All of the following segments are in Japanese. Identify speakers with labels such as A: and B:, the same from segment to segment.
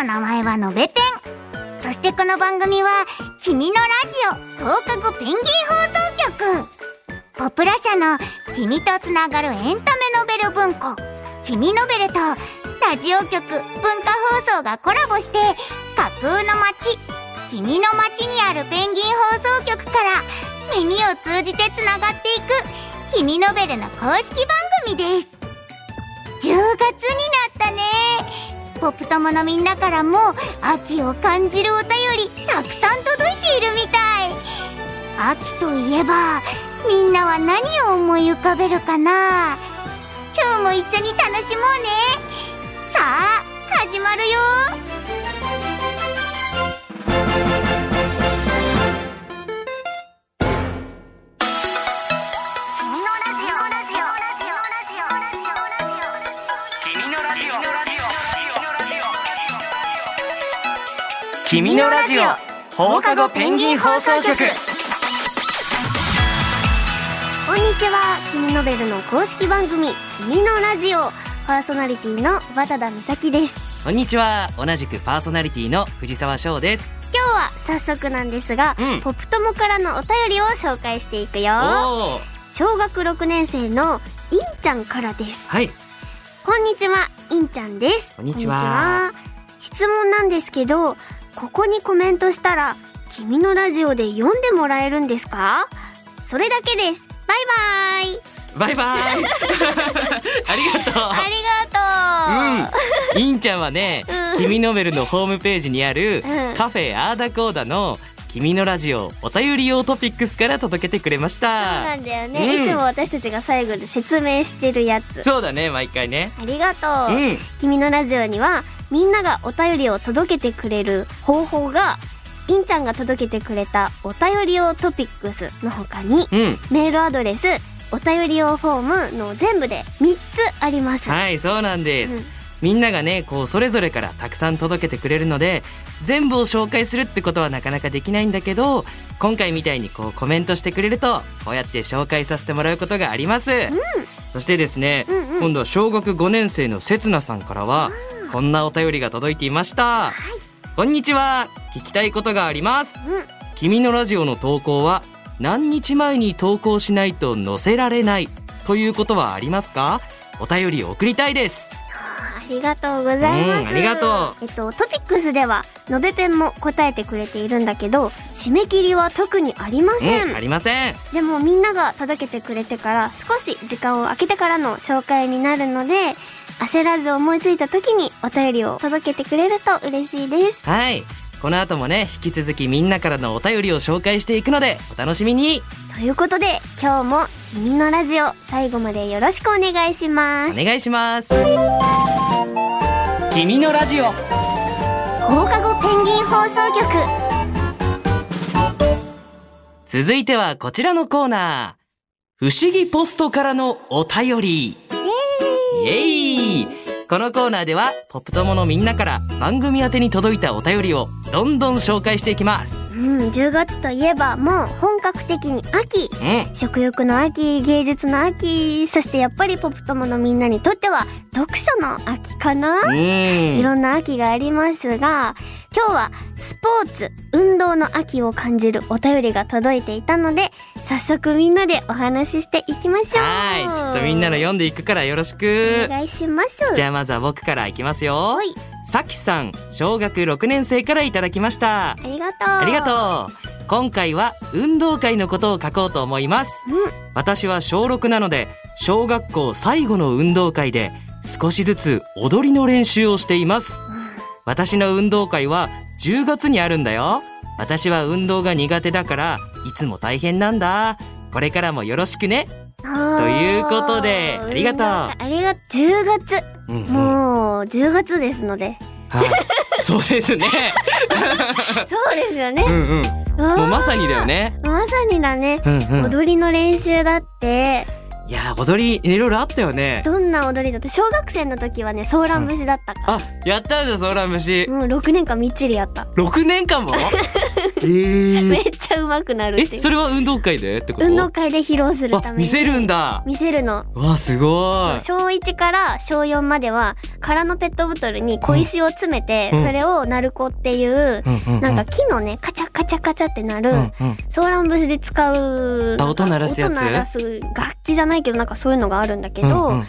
A: の名前はのべペンそしてこの番組は「君のラジオ放課後ペンギン放送局」ポプラ社の「君とつながるエンタメノベル文庫」「君ノベル」とラジオ局文化放送がコラボして架空の街「君の街にあるペンギン放送局から耳を通じてつながっていく「君ノベル」の公式番組です10月になったねポップ友のみんなからも秋を感じるお便りたくさん届いているみたい秋といえばみんなは何を思い浮かべるかな今日も一緒に楽しもうねさあ始まるよ
B: 君のラジオ放課後ペンギン放送局
C: こんにちは君ノベルの公式番組「君のラジオ」パーソナリティの渡田美咲です
B: こんにちは同じくパーソナリティの藤沢翔です
C: 今日は早速なんですが、
B: うん
C: ポップ友からのお便りを紹介していくよ
B: おお
C: 小学6年生のインちゃんからです
B: はい
C: こんにちはインちゃんです
B: こんにちは
C: こんにちは質問なんですけどここにコメントしたら君のラジオで読んでもらえるんですかそれだけですバイバイ
B: バイ バイありがとう
C: ありがと
B: う
C: う、
B: ん、インちゃんはね「君ノベル」のホームページにある
C: うん
B: カフェアーダコーダの「君のラジオお便り用トピックス」から届けてくれまし
C: そうな
B: た
C: んだよね、
B: うん
C: いつも私たちが最後で説明してるやつ
B: そうだね毎回ね
C: ありがと
B: う
C: う、
B: ん
C: 君のラジオにはみんながお便りを届けてくれる方法がインちゃんが届けてくれたお便り用トピックスの他に
B: うん
C: メールアドレスお便り用フォームの全部で3つあります、
B: はいそうなんです、
C: うん
B: みんながねこうそれぞれからたくさん届けてくれるので全部を紹介するってことはなかなかできないんだけど今回みたいにこうコメントしてくれるとこうやって紹介させてもらうことがあります、そしてですね、
C: うんうん
B: 今度は小学5年生のせつなさんからはこんなお便りが届いていました、こんにちは聞きたいことがあります
C: うん
B: 君のラジオの投稿は何日前に投稿しないと載せられないということはありますかお便りを送りたいです
C: ありがとうございます、
B: うんありがと
C: えっとトピックスではのべペンも答えてくれているんだけど締め切りは特にありません、
B: うん、ありません
C: でもみんなが届けてくれてから少し時間を空けてからの紹介になるので焦らず思いついた時にお便りを届けてくれると嬉しいです
B: はいこの後もね引き続きみんなからのお便りを紹介していくのでお楽しみに
C: ということで今日も「君のラジオ」最後までよろしくお願いしま
B: お
C: す、
B: 願いします君のラジオ
C: 放課後ペンギン放送局
B: 続いてはこちらのコーナー不思議ポストからのお便りイエイこのコーナーではポップ友のみんなから番組宛てに届いたお便りをどんどん紹介していきます
C: うん10月といえばもう本格的に秋
B: うん
C: 食欲の秋芸術の秋そしてやっぱりポップ友のみんなにとっては読書の秋かな、
B: うん
C: いろんな秋がありますが今日はスポーツ運動の秋を感じるお便りが届いていたので早速みんなでお話ししていきましょう
B: はいちょっとみんなの読んでいくからよろし
C: お
B: く
C: 願いします
B: じゃあまずは僕からいきますよ
C: はい
B: さきさん小学6年生からいただきました
C: ありがとう
B: ありが
C: う
B: とう今回は運動会のことを書こうと思います、私は小6なので小学校最後の運動会で少しずつ踊りの練習をしています、私の運動会は10月にあるんだよ私は運動が苦手だからいつも大変なんだこれからもよろしくね、ということでありがとう
C: ありがとう10月
B: うんうんは
C: もう10月ですので
B: い、そうですね
C: そうですよね
B: うんうん
C: わー
B: もうまさにだよね
C: まさにだね
B: うんうん
C: 踊りの練習だって
B: いやー踊りいろいろあったよね
C: どんな踊りだって小学生の時はねソーラン節だったから、
B: あやったんだソーラン節
C: もう6年間みっちりやった
B: 6年間も えー
C: めっちゃ上手くなるって
B: え
C: いう
B: それは運動会でってこと
C: 運動会で披露するた
B: あ
C: めに
B: 見せるんだ
C: 見せるの
B: わあすごい
C: 小1から小4までは空のペットボトルに小石を詰めて、
B: うん
C: それを鳴子っていう、
B: うんう
C: なんか木のねカチャカチャカチャってなる、
B: うんうん
C: ソーラン節で使う
B: あ音鳴らすやつ
C: 音鳴らす楽器じゃないけどなんかそういうのがあるんだけど、
B: うんうんうん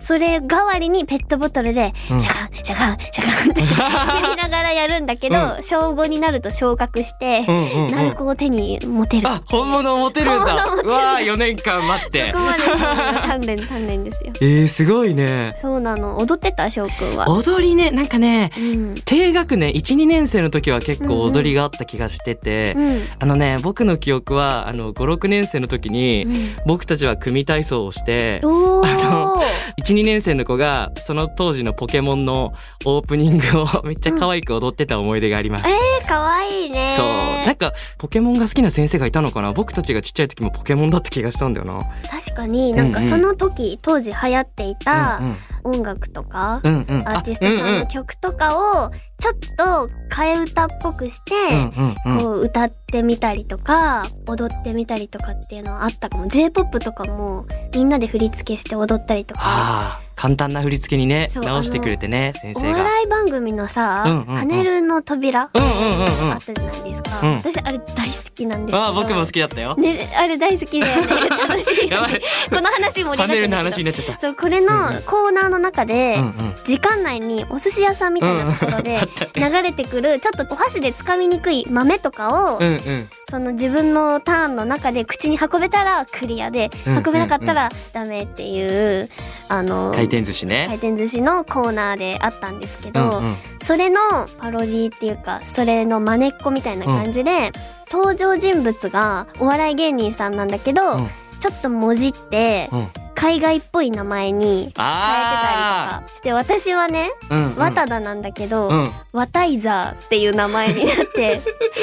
C: それ代わりにペットボトルで
B: うん
C: シャカンシャカンシャカンっ て振りながらやるんだけど、
B: う
C: 小5になると昇格して、
B: うんうんうん
C: 鳴子を手に持てる。
B: あ本物持てるんだ
C: 本物持てる
B: わあ4年間待っ
C: そ
B: て
C: こまで鍛錬鍛錬ですよ。
B: えー、すごいね
C: そうなの踊ってた翔くんは。
B: 踊りねなんかね
C: うん。
B: 低学年12年生の時は結構踊りがあった気がしてて、
C: うん。
B: あのね僕の記憶はあの56年生の時に僕たちは組体操をして
C: おお。
B: 12年生の子がその当時のポケモンのオープニングをめっちゃ可愛く踊ってた思い出があります。
C: え可愛いね。
B: そうなんかポケモンが好きな先生がいたのかな僕たちがちっちゃい時もポケモンだった気がしたんだよな。
C: 確かになん
B: うんう
C: か
B: ん
C: その時当時流行っていた
B: うん
C: 音楽とか
B: う。んうんうん
C: アーティストさんの曲とかをちょっと替え歌っぽくして、
B: うんうんうんうん
C: こう歌ってみたりとか踊ってみたりとかっていうのはあったかも j p o p とかもみんなで振り付けして踊ったりとか
B: ああ簡単な振り付けにね
C: そう
B: 直してくれてね先
C: お
B: 生が。
C: 笑い番組のさ「
B: うんうんうん
C: パネルの扉」
B: うんうんうんうん
C: あったじゃないですか、
B: うん
C: 私あれ大好きなんですけど
B: ああ僕も好きだった よ。
C: ね、あれ大好きだ よね楽しい
B: や
C: よ
B: ば
C: ね
B: い
C: この話盛り上がっちゃ
B: パ
C: うんだ
B: ネ
C: け
B: ル
C: ど
B: の話になっちゃった。
C: そうこれの
B: うんうん
C: コーナーの中で、
B: うんうん
C: 時間内にお寿司屋さんみたいなところ で
B: あったね。
C: 流れてくるちょっとお箸でつかみにくい豆とかを、
B: うんうん。
C: その自分のターンの中で口に運べたらクリアで
B: うん
C: 運べなかったらダメっていう、あの
B: 回転寿司
C: 回
B: ね。
C: 転寿司のコーナーであったんですけ
B: う
C: ど、
B: んうん。
C: それのパロディっていうかそれのまねっこみたいな感じで、登場人物がお笑い芸人さんなんだけど、
B: うん
C: ちょっともじって
B: うん
C: 海外っぽい名前に変えてた
B: あ
C: りとかして私はね
B: あ。うんうん
C: ワタダなんだけど、
B: うん。
C: ワタイザーっていう名前になって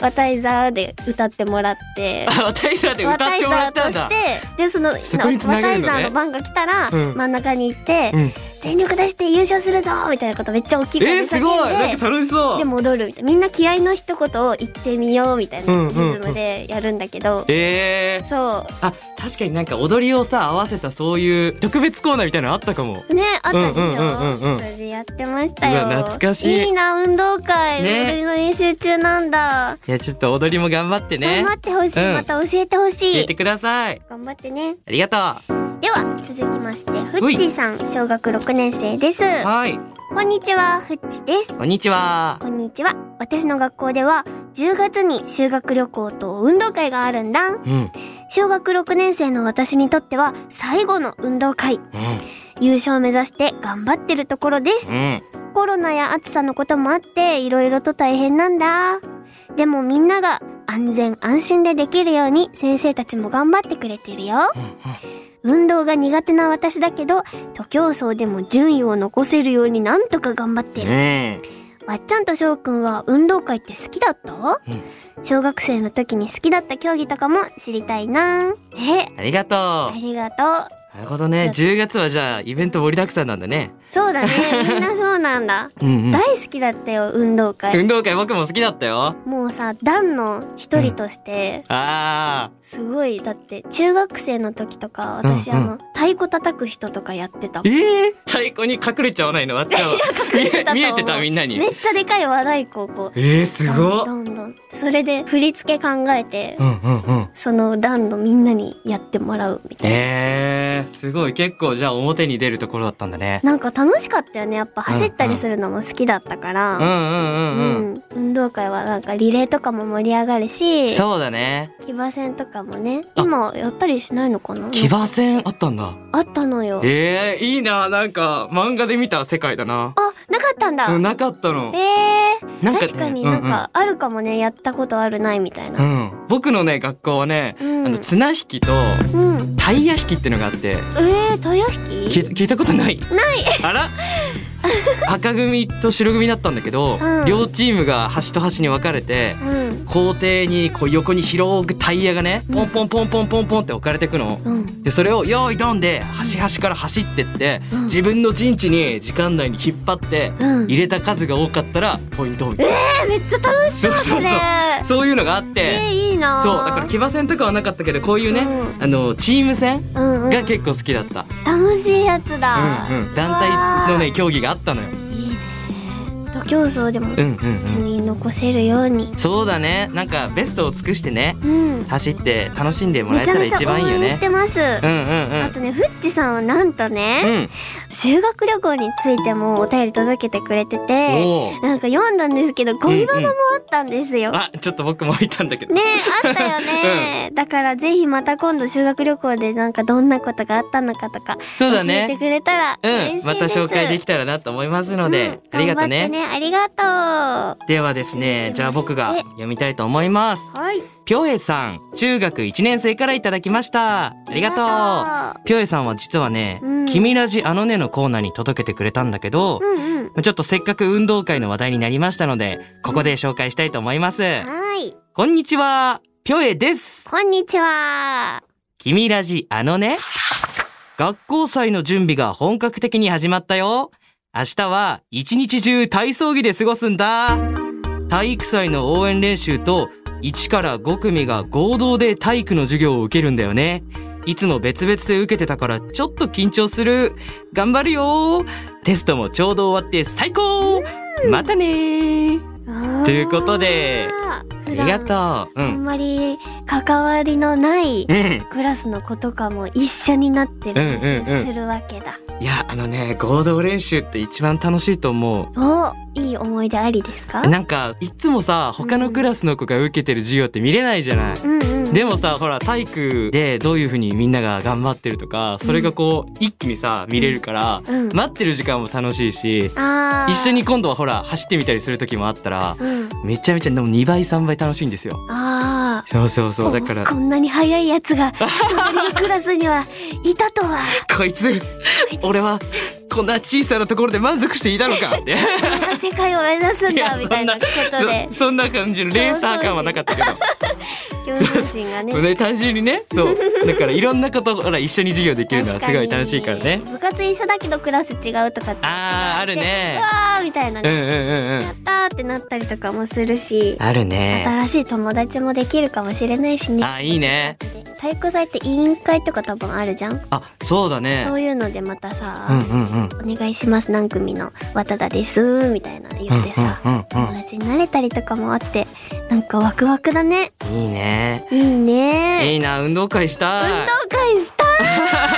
C: ワタイザーで歌ってもらって。
B: あ、タイザーで 歌
C: ワ
B: ってもらったんだ
C: タイ。ザーとしてでその
B: そこに繋
C: ワ
B: げ
C: タ
B: るの
C: イ
B: ね
C: ザーの番が来たら、
B: うん
C: 真ん中に行って、
B: うん
C: 全力出して優勝するぞみたいなことめっちゃ大きい声
B: え
C: で
B: ー、
C: 叫
B: す
C: ん
B: ごい。
C: で、
B: なんか楽しそ
C: で
B: う。
C: 戻るみたいなみんな気合いの一言を言ってみようみたい
B: うん
C: な
B: う
C: リ
B: んうん
C: ズムでやるんだけど、
B: えー。
C: そ
B: あ、確かになんか踊りをさ、合わせたそういう特別コーナーみたいなのあったかも。
C: うねあったでしょ、
B: うんうんうんうんうん
C: それでやってました
B: う
C: よ
B: わ懐かしい
C: いいな運動会、
B: ね
C: 踊りの練習中なんだ、
B: いや、ちょっと踊りも頑張ってね
C: 頑張。ってほしい、
B: うん
C: また教えてほし
B: 教
C: い
B: えてください。
C: 頑張ってね
B: ありがとう。
C: では続きましてふ
B: ほい
C: っちーさん小学6年生です
B: はい。
C: こんにちはふっちーです
B: こんにちは。
C: こんにちは私の学校では10月に修学旅行と運動会があるんだ
B: うん。うん。
C: 小学6年生の私にとっては最後の運動会優勝を目指して頑張ってるところです
B: うん。
C: コロナや暑さのこともあっていろいろと大変なんだでもみんなが安全安心でできるように先生たちも頑張ってくれてるよ
B: うん
C: 運動が苦手な私だけど徒競走でも順位を残せるようになんとか頑張って
B: う
C: る
B: ん。
C: わっちゃんとしょうくんは運動会って好きだった、
B: ん
C: 小学生の時に好きだった競技とかも知りたいなえ
B: ありがと
C: ありがとう
B: う。なるほどね。10月はじゃあ、イベント盛りだくさんなんだね。
C: そう だねみんなそうなんだ
B: うんうん。
C: 大好きだったよ運動会
B: 運動会僕も好きだったよ。
C: もうさ団の一人として、
B: あ
C: すごいだって中学生の時とか私、
B: うんうん
C: あの太鼓叩く人とかやってた
B: ー。えー、太鼓に隠れちゃわないのわっちゃんは見え見えてたみんなに。
C: めっちゃでかい和太鼓をこう
B: えー、すごっ
C: どんどんどんそれで振り付け考えて、
B: うんうんうん。
C: その団のみんなにやってもらうみたいな
B: えー、すごい。結構じゃあ表に出るところだったんだね。
C: なんか楽しかったよねやっぱ走ったりするのも好きだったか
B: うんう
C: ら、
B: んうんうん。
C: うん運動会はなんかリレーとかも盛り上がるし
B: そうだね。
C: 騎馬戦とかもね
B: あ
C: 今やったりしないのかな
B: 騎馬戦あったんだ。
C: あったのよ
B: えー、いいな。なんか漫画で見た世界だな。
C: あなかったんだ、
B: うん、なかったの。
C: えー、
B: なん
C: 確かになんかあるかもねやったことあるないみたい
B: うんう
C: な、
B: ん、うん。僕のね、学校はね、
C: うん
B: あの、綱引きと
C: うん
B: タイヤ引きってのがあって、
C: えー、タイヤ
B: き
C: 引き
B: 聞いたことないないあら赤組と白組だったんだけど、
C: うん
B: 両チームが端と端に分かれて
C: うん
B: 校庭にこう横に広くタイヤがねポンポンポンポンポンポンって置かれてくの。
C: うん
B: でそれを「用意ドン!」で端端から走ってって、
C: うん
B: 自分の陣地に時間内に引っ張って、
C: うん
B: 入れた数が多かったらポイントみたいな、
C: えめっちゃ楽しそう
B: そうそうそう
C: それ
B: そういうのがあっ
C: え
B: て、
C: いいな
B: そうだから騎馬戦とかはなかったけどこういうね、
C: う
B: あのチーム戦
C: うんうん
B: が結構好きだった、
C: 楽しいやつだ
B: うんうん、団体のね競技があったのよ。
C: 徒競走で
B: う
C: も
B: んうんうん
C: 順位残せるように
B: そうだねなんかベストを尽くしてね
C: うん
B: 走って楽しんでもら
C: め
B: え
C: ちゃ
B: たら
C: め
B: 一
C: ちゃ
B: 番い
C: 応
B: いよ
C: 援し
B: ね
C: てます
B: うんうんう
C: あ
B: ん
C: とねフッチさんはなんと
B: う
C: ね
B: ん
C: 修学旅行についてもお便り届けてくれてて
B: おお
C: なんか読んだんですけどゴミ花もあったんですよ
B: あちょっと僕もいたんだけど
C: ねえあったよね、だからぜひまた今度修学旅行でなんかどんなことがあったのかとか
B: そうだ
C: 教えて
B: ね
C: くれたら嬉しい
B: うん
C: です、
B: また紹介できたらなと思いますので、
C: うん
B: ありがとう
C: 頑
B: ね
C: 張ってありがと
B: ではですねじゃあ僕が読みたいと思います
C: うはい
B: ぴょえさん中学1年生からいただきましたありがとう
C: あ
B: ぴょえさんは実はね
C: うん
B: 「君ラジあのね」のコーナーに届けてくれたんだけど
C: りがとううんうん
B: ちょっとせっかく運動会の話題になりましたのでここで紹介したいと思います、
C: はい
B: こんにちは、ぴょえです。
C: こんにちは
B: 君ラジ、あのね。学校祭の準備が本格的に始まったよ。明日は一日中体操着で過ごすんだ。体育祭の応援練習と1から5組が合同で体育の授業を受けるんだよね。いつも別々で受けてたからちょっと緊張する。頑張るよ。テストもちょうど終わって最高またねということでありが
C: う
B: とう。う
C: あ
B: ん。
C: んまり関わりのない
B: うん。
C: クラスの子とかも一緒になって練
B: うん
C: 習
B: うんうん
C: するわけだ、
B: いやあのね合同練習って一番楽しいと思う
C: おいい思い出ありですか
B: なんかいつもさ他のクラスの子が受けてる授業って見れないじゃない、
C: うんうん
B: でもさほら体育でどういう風にみんなが頑張ってるとかそれがこう一気にさ見れるから、
C: うん
B: 待ってる時間も楽しいし
C: あー
B: 一緒に今度はほら走ってみたりする時もあったら
C: うん
B: めちゃめちゃでも2倍3倍楽しいんですよ
C: ああ
B: そうそうそうだから
C: こんなに早いやつが隣のクラスにはいたと は
B: こいつ俺はこんな小さなところで満足していたのかって
C: こんな世界を目指すん
B: いや
C: だ
B: そんな
C: みたいなことで
B: そそ んな感じのレーサー感はなかったけど
C: 競争心がね
B: ね、単純にね そうだからいろんなことほら一緒に授業できるのはすごい楽しいからね
C: 部活一緒だけどクラス違うとかって
B: あーある
C: う
B: ね
C: わーみたいな
B: うん
C: ね、
B: うんうんうん
C: やったーってなったりとかもするし
B: あるね
C: 新しい友達もできるかもしれないしね
B: あいいね
C: 体育祭って委員会とか多分あるじゃん
B: あそうだ
C: そ
B: ね
C: ういうのでまたさ、
B: うんうんうん
C: お願いします何組の渡田ですみたいな
B: う
C: 言
B: ん
C: ってさ、
B: うん
C: 友達になれたりとかもあってなんかワクワクだね
B: うんいいね
C: いいね
B: いいな運動会し
C: 運
B: たい
C: 動会した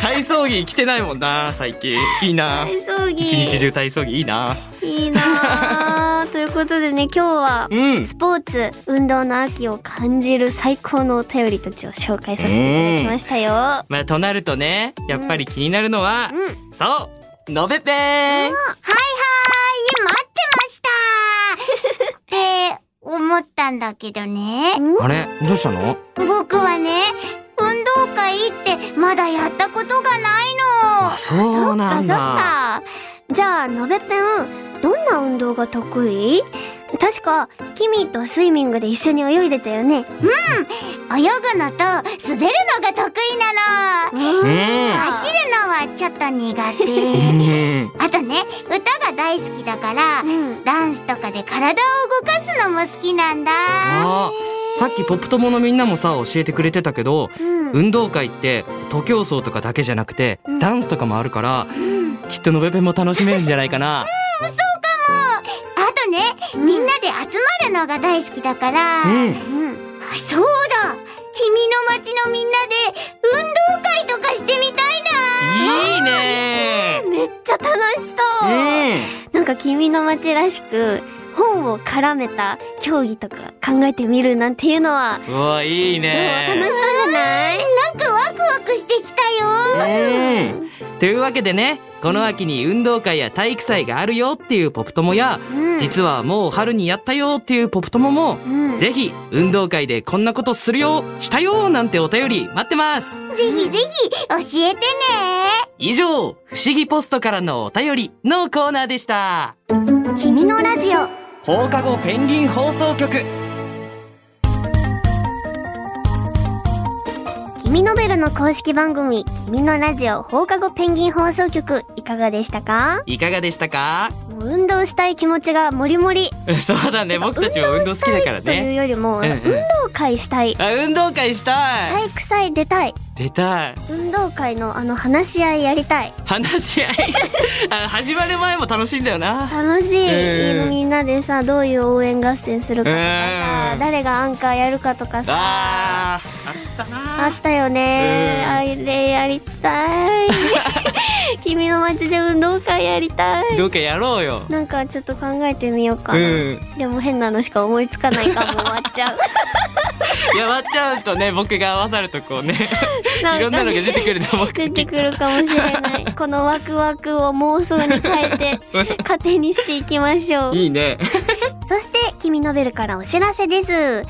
B: 体操着着てないもんな最近いいない
C: 体操着
B: 一日中体操着いいない
C: いなあということでね今日は
B: うん
C: スポーツ運動の秋を感じる最高のお便りたちを紹介させていただきましたよ。
B: まあとなるとねやっぱり気になるのは
C: うん、
B: そうのべぺー
A: はいはーい待ってました って思ったんだけどね
B: あれどうしたの
A: 僕はね運動会ってまだやったことがないの
B: あそうなんだ
C: あそっかじゃあのべぺんどんな運動が得意確かキミとスイミングで一緒に泳いでたよね。
A: 泳ぐのと滑るのが得意なの
B: うん
A: 走るのはちょっと苦
B: う
A: 手
B: ん
A: あとね歌が大好きだから
C: うん、
A: ダンスとかで体を動かすのも好きなんだ
B: あーさっきポップ友のみんなもさ教えてくれてたけど
C: うん
B: 運動会って徒競走とかだけじゃなくて
C: うん
B: ダンスとかもあるからきっとのべべも楽しめるんじゃないかな。
A: あとねみんなで集まるのが大好きだから、
B: うん
C: うん、
A: あそうだ君の町のみんなで運動会とかしてみたい
B: いいね
C: めっちゃ楽しそうう、
B: ん
C: なんか君の街らしく本を絡めた競技とか考えてみるなんていうのは
B: うわいい
C: どう楽し
B: ね
C: そうじゃない、
A: ななんかワクワクしてきたよ
B: うんというわけでねこの秋に運動会や体育祭があるよっていうポプ友や、
C: うん
B: 実はもう春にやったよっていうポプ友も、
C: うん
B: ぜひ運動会でこんなことするよしたよなんてお便り待ってます
A: ぜひぜひ教えてね
B: 以上「不思議ポストからのお便り」のコーナーでした
A: 君のラジオ
B: 放課後ペンギン放送局
C: 君のベルの公式番組君のラジオ放課後ペンギン放送局いかがでしたか
B: いかがでしたか
C: もう運動したい気持ちがもりもり
B: そうだね僕たちも運動好きだから
C: という
B: ね
C: よりも、
B: うんうん
C: 運動会したい
B: あ運動会したい、
C: 体育祭出たい
B: 出たい
C: 運動会のあの話し合いやりたい
B: 話し 合いあ始まる前も楽しいんだよな
C: 楽しい、
B: ええ
C: みんなでさどういう応援合戦するかとかさ、
B: うん
C: 誰がアンカーやるかとかさ
B: あーあった
C: あ
B: な
C: ったよね、
B: うん
C: あれやりたい 君の街で運動会やりたい
B: 運動会やろうよ
C: なんかちょっと考えてみようか
B: う
C: な、
B: ん
C: でも変なのしか思いつかないかも終わっちゃう
B: いや割っちゃうとね僕が合わさるとこうね
C: なんかね
B: いろんなのが出てくると思う
C: 出てくるかもしれないこのワクワクを妄想に変 えて糧にしていきましょう
B: いいね
C: そして君のベルからお知らせです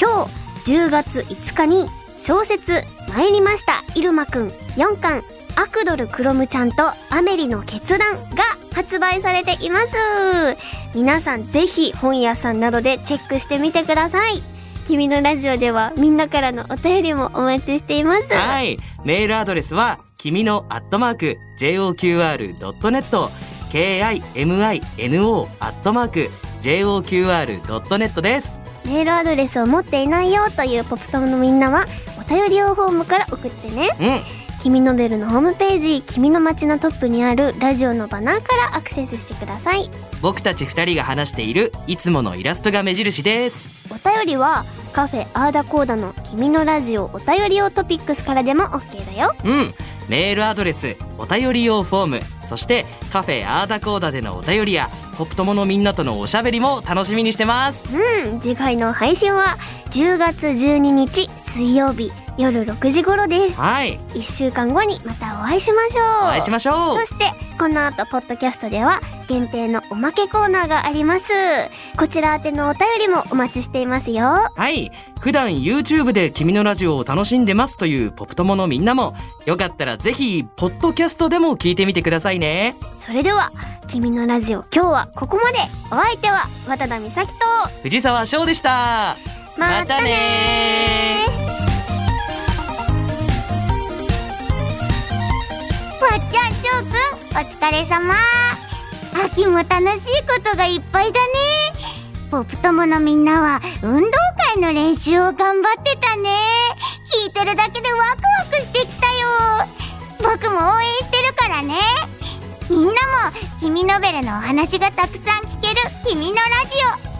C: 今日10月5日に小説「参りましたイルマくん」4巻「アクドルクロムちゃんとアメリの決断」が発売されています皆さんぜひ本屋さんなどでチェックしてみてください君のラジオではみんなからのお便りもお待ちしています
B: はいメールアドレスは君のアットマーク JOQR.net KIMINO アットマーク JOQR.net です
C: メールアドレスを持っていないよというポプトムのみんなはお便り用フォームから送ってね
B: うん
C: 君のベルのホームページ「君の街」のトップにあるラジオのバナーからアクセスしてください
B: 僕たち二人が話しているいつものイラストが目印です
C: お便りはカフェアーダコーダの「君のラジオお便りをトピックス」からでも OK だよ
B: うんメールアドレスお便り用フォームそしてカフェアーダコーダでのお便りやポップ友のみんなとのおしゃべりも楽しみにしてます
C: うん次回の配信は10月12日水曜日夜6時頃です
B: はい
C: 1週間後にまたお会いしましょう
B: お会いしましょう
C: そしてこの後ポッドキャストでは限定のおまけコーナーがありますこちら宛てのお便りもお待ちしていますよ
B: はい普段 YouTube で君のラジオを楽しんでますというポップ友のみんなもよかったらぜひポッドキャストでも聞いてみてくださいね
C: それでは君のラジオ今日はここまでお相手は渡田美咲と
B: 藤沢翔でした
C: またね
B: ね
A: わっちゃんしょうくんお疲れ様秋も楽しいことがいっぱいだねポプ友のみんなは運動会の練習を頑張ってたね聞いてるだけでワクワクしてきたよ僕も応援してるからねみんなも君のベルのお話がたくさん聞ける君のラ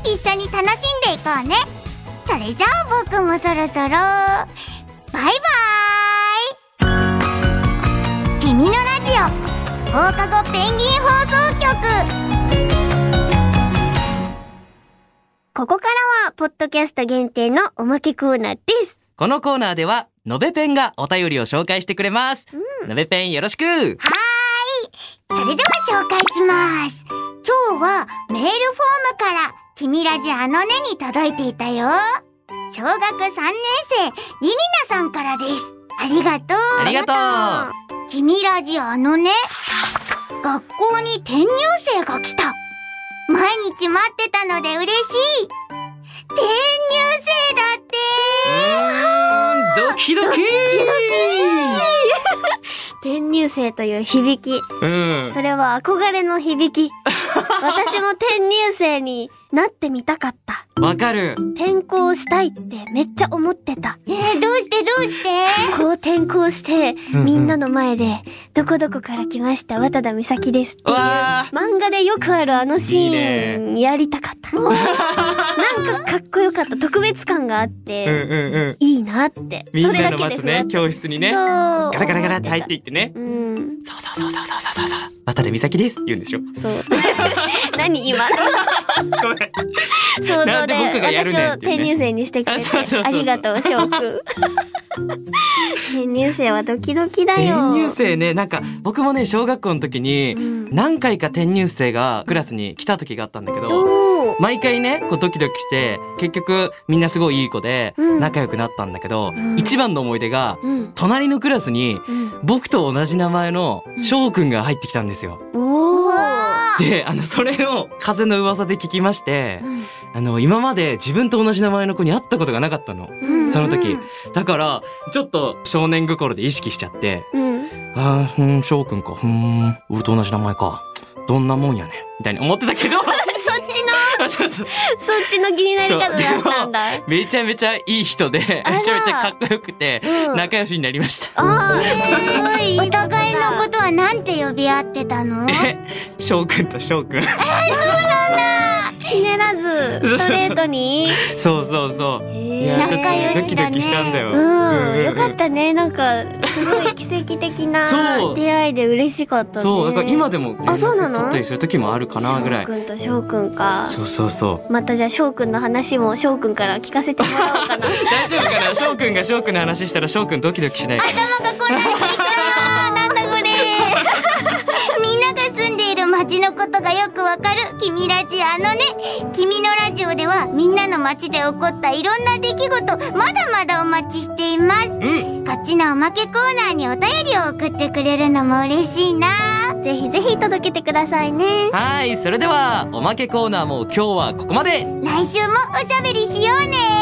A: ジオ一緒に楽しんでいこうねそれじゃあ僕もそろそろバイバイ君のラジオ放課後ペンギン放送局
C: ここからはポッドキャスト限定のおまけコーナーです
B: このコーナーではのべペンがお便りを紹介してくれます、のべペンよろしく
A: それでは紹介します。今日はメールフォームから君ラジあのねに届いていたよ。小学3年生、りりなさんからです。ありがとう。
B: ありがとう
A: 君ラジあのね。学校に転入生が来た。毎日待ってたので嬉しい。転入生だって。
B: うーんドキドキ
C: 転入生という響き
B: うん
C: それは憧れの響き 私も転入生になってみたかった
B: わかる
C: 転校したいってめっちゃ思ってた
A: えーどうしてどうして
C: こう転校して
B: うんうん
C: みんなの前で「どこどこから来ました渡田美咲です」っていう
B: わー
C: 漫画でよくあるあのシーンやりたかった。なんかかっこよかった特別感があって、
B: うんうん
C: いいなって
B: みん
C: それ
B: なの
C: だけ
B: 待
C: で
B: つ
C: ふわ
B: ね
C: っと
B: 教室にね
C: そう
B: ガラガラガラって入っていってね
C: うん
B: そうそうそうそうそうそうそう渡辺美咲ですって言うんでしょ
C: そう。 何今の
B: ごめん
C: 想
B: な
C: 像
B: んで
C: で
B: 僕がやる
C: 私
B: ねんっ
C: を
B: ていうね
C: 転入生にしてくれ
B: あそうそうそうそう
C: てありがとう翔くん転入生はドキドキだよ
B: 転入生ねなんか僕もね小学校の時に
C: うん
B: 何回か転入生がクラスに来た時があったんだけど
C: おー
B: 毎回ねこうドキドキして結局みんなすごいいい子で
C: うん
B: 仲良くなったんだけど、
C: うん
B: 一番の思い出が
C: うん
B: 隣のクラスに
C: うん
B: 僕と同じ名前の
C: うん
B: 翔くんが入ってきたんですよ。
C: お
A: お
C: ー
A: ー
B: であのそれを風の噂で聞きまして
C: うん
B: あの今まで自分と同じ名前の子に会ったことがなかったの。
C: うん
B: その時
A: うん
B: だからちょっと少年心で意識しちゃって
C: うん
B: あーふーん、翔くんか。ふーん、俺と同じ名前か。どんなもんやねん。みたいに思ってたけ ど、
C: そっちの
B: そうそう
C: そっちの気になり方だったんだ
B: めちゃめちゃいい人で、
C: あら
B: めちゃめちゃかっこよくて、
C: うん
B: 仲良しになりました。
C: あーすごいいい
A: お
C: 子だ
A: 互いのことはなんて呼び合ってた の
B: え、翔くんと翔くん。
C: ひねらずストレートに
B: そうそうそう。いや
C: え
A: ー
B: ちょっとね
A: 仲良
B: ド
A: し
B: キ
A: だね
B: ドキしたんだよ。
C: うん、よかったね。なんかすごい奇跡的
B: そ
C: な
B: う
C: 出会いで嬉しかったね。
B: そう、だから今でも、
C: あそうなの
B: 取ったりする時もあるかなぐらい
C: 翔。くんと翔くんか。
B: そうそうそう。
C: またじゃあ翔くんの話も翔くんから聞かせてもらおうかな。
B: 大丈夫かな翔くんが翔くんの話したら翔くんドキドキしない から。
A: 頭が混乱してきたよなんだこれ みんなが住んでいる町のことがよくわかる君ラジあのね君のラジオではみんなの町で起こったいろんな出来事まだまだお待ちしていますこ
B: うん。
A: っちのおまけコーナーにお便りを送ってくれるのも嬉しいな
C: ぜひぜひ届けてくださいね。
B: はい、それでは、おまけコーナーも今日はここまで
A: 来週もおしゃべりしようね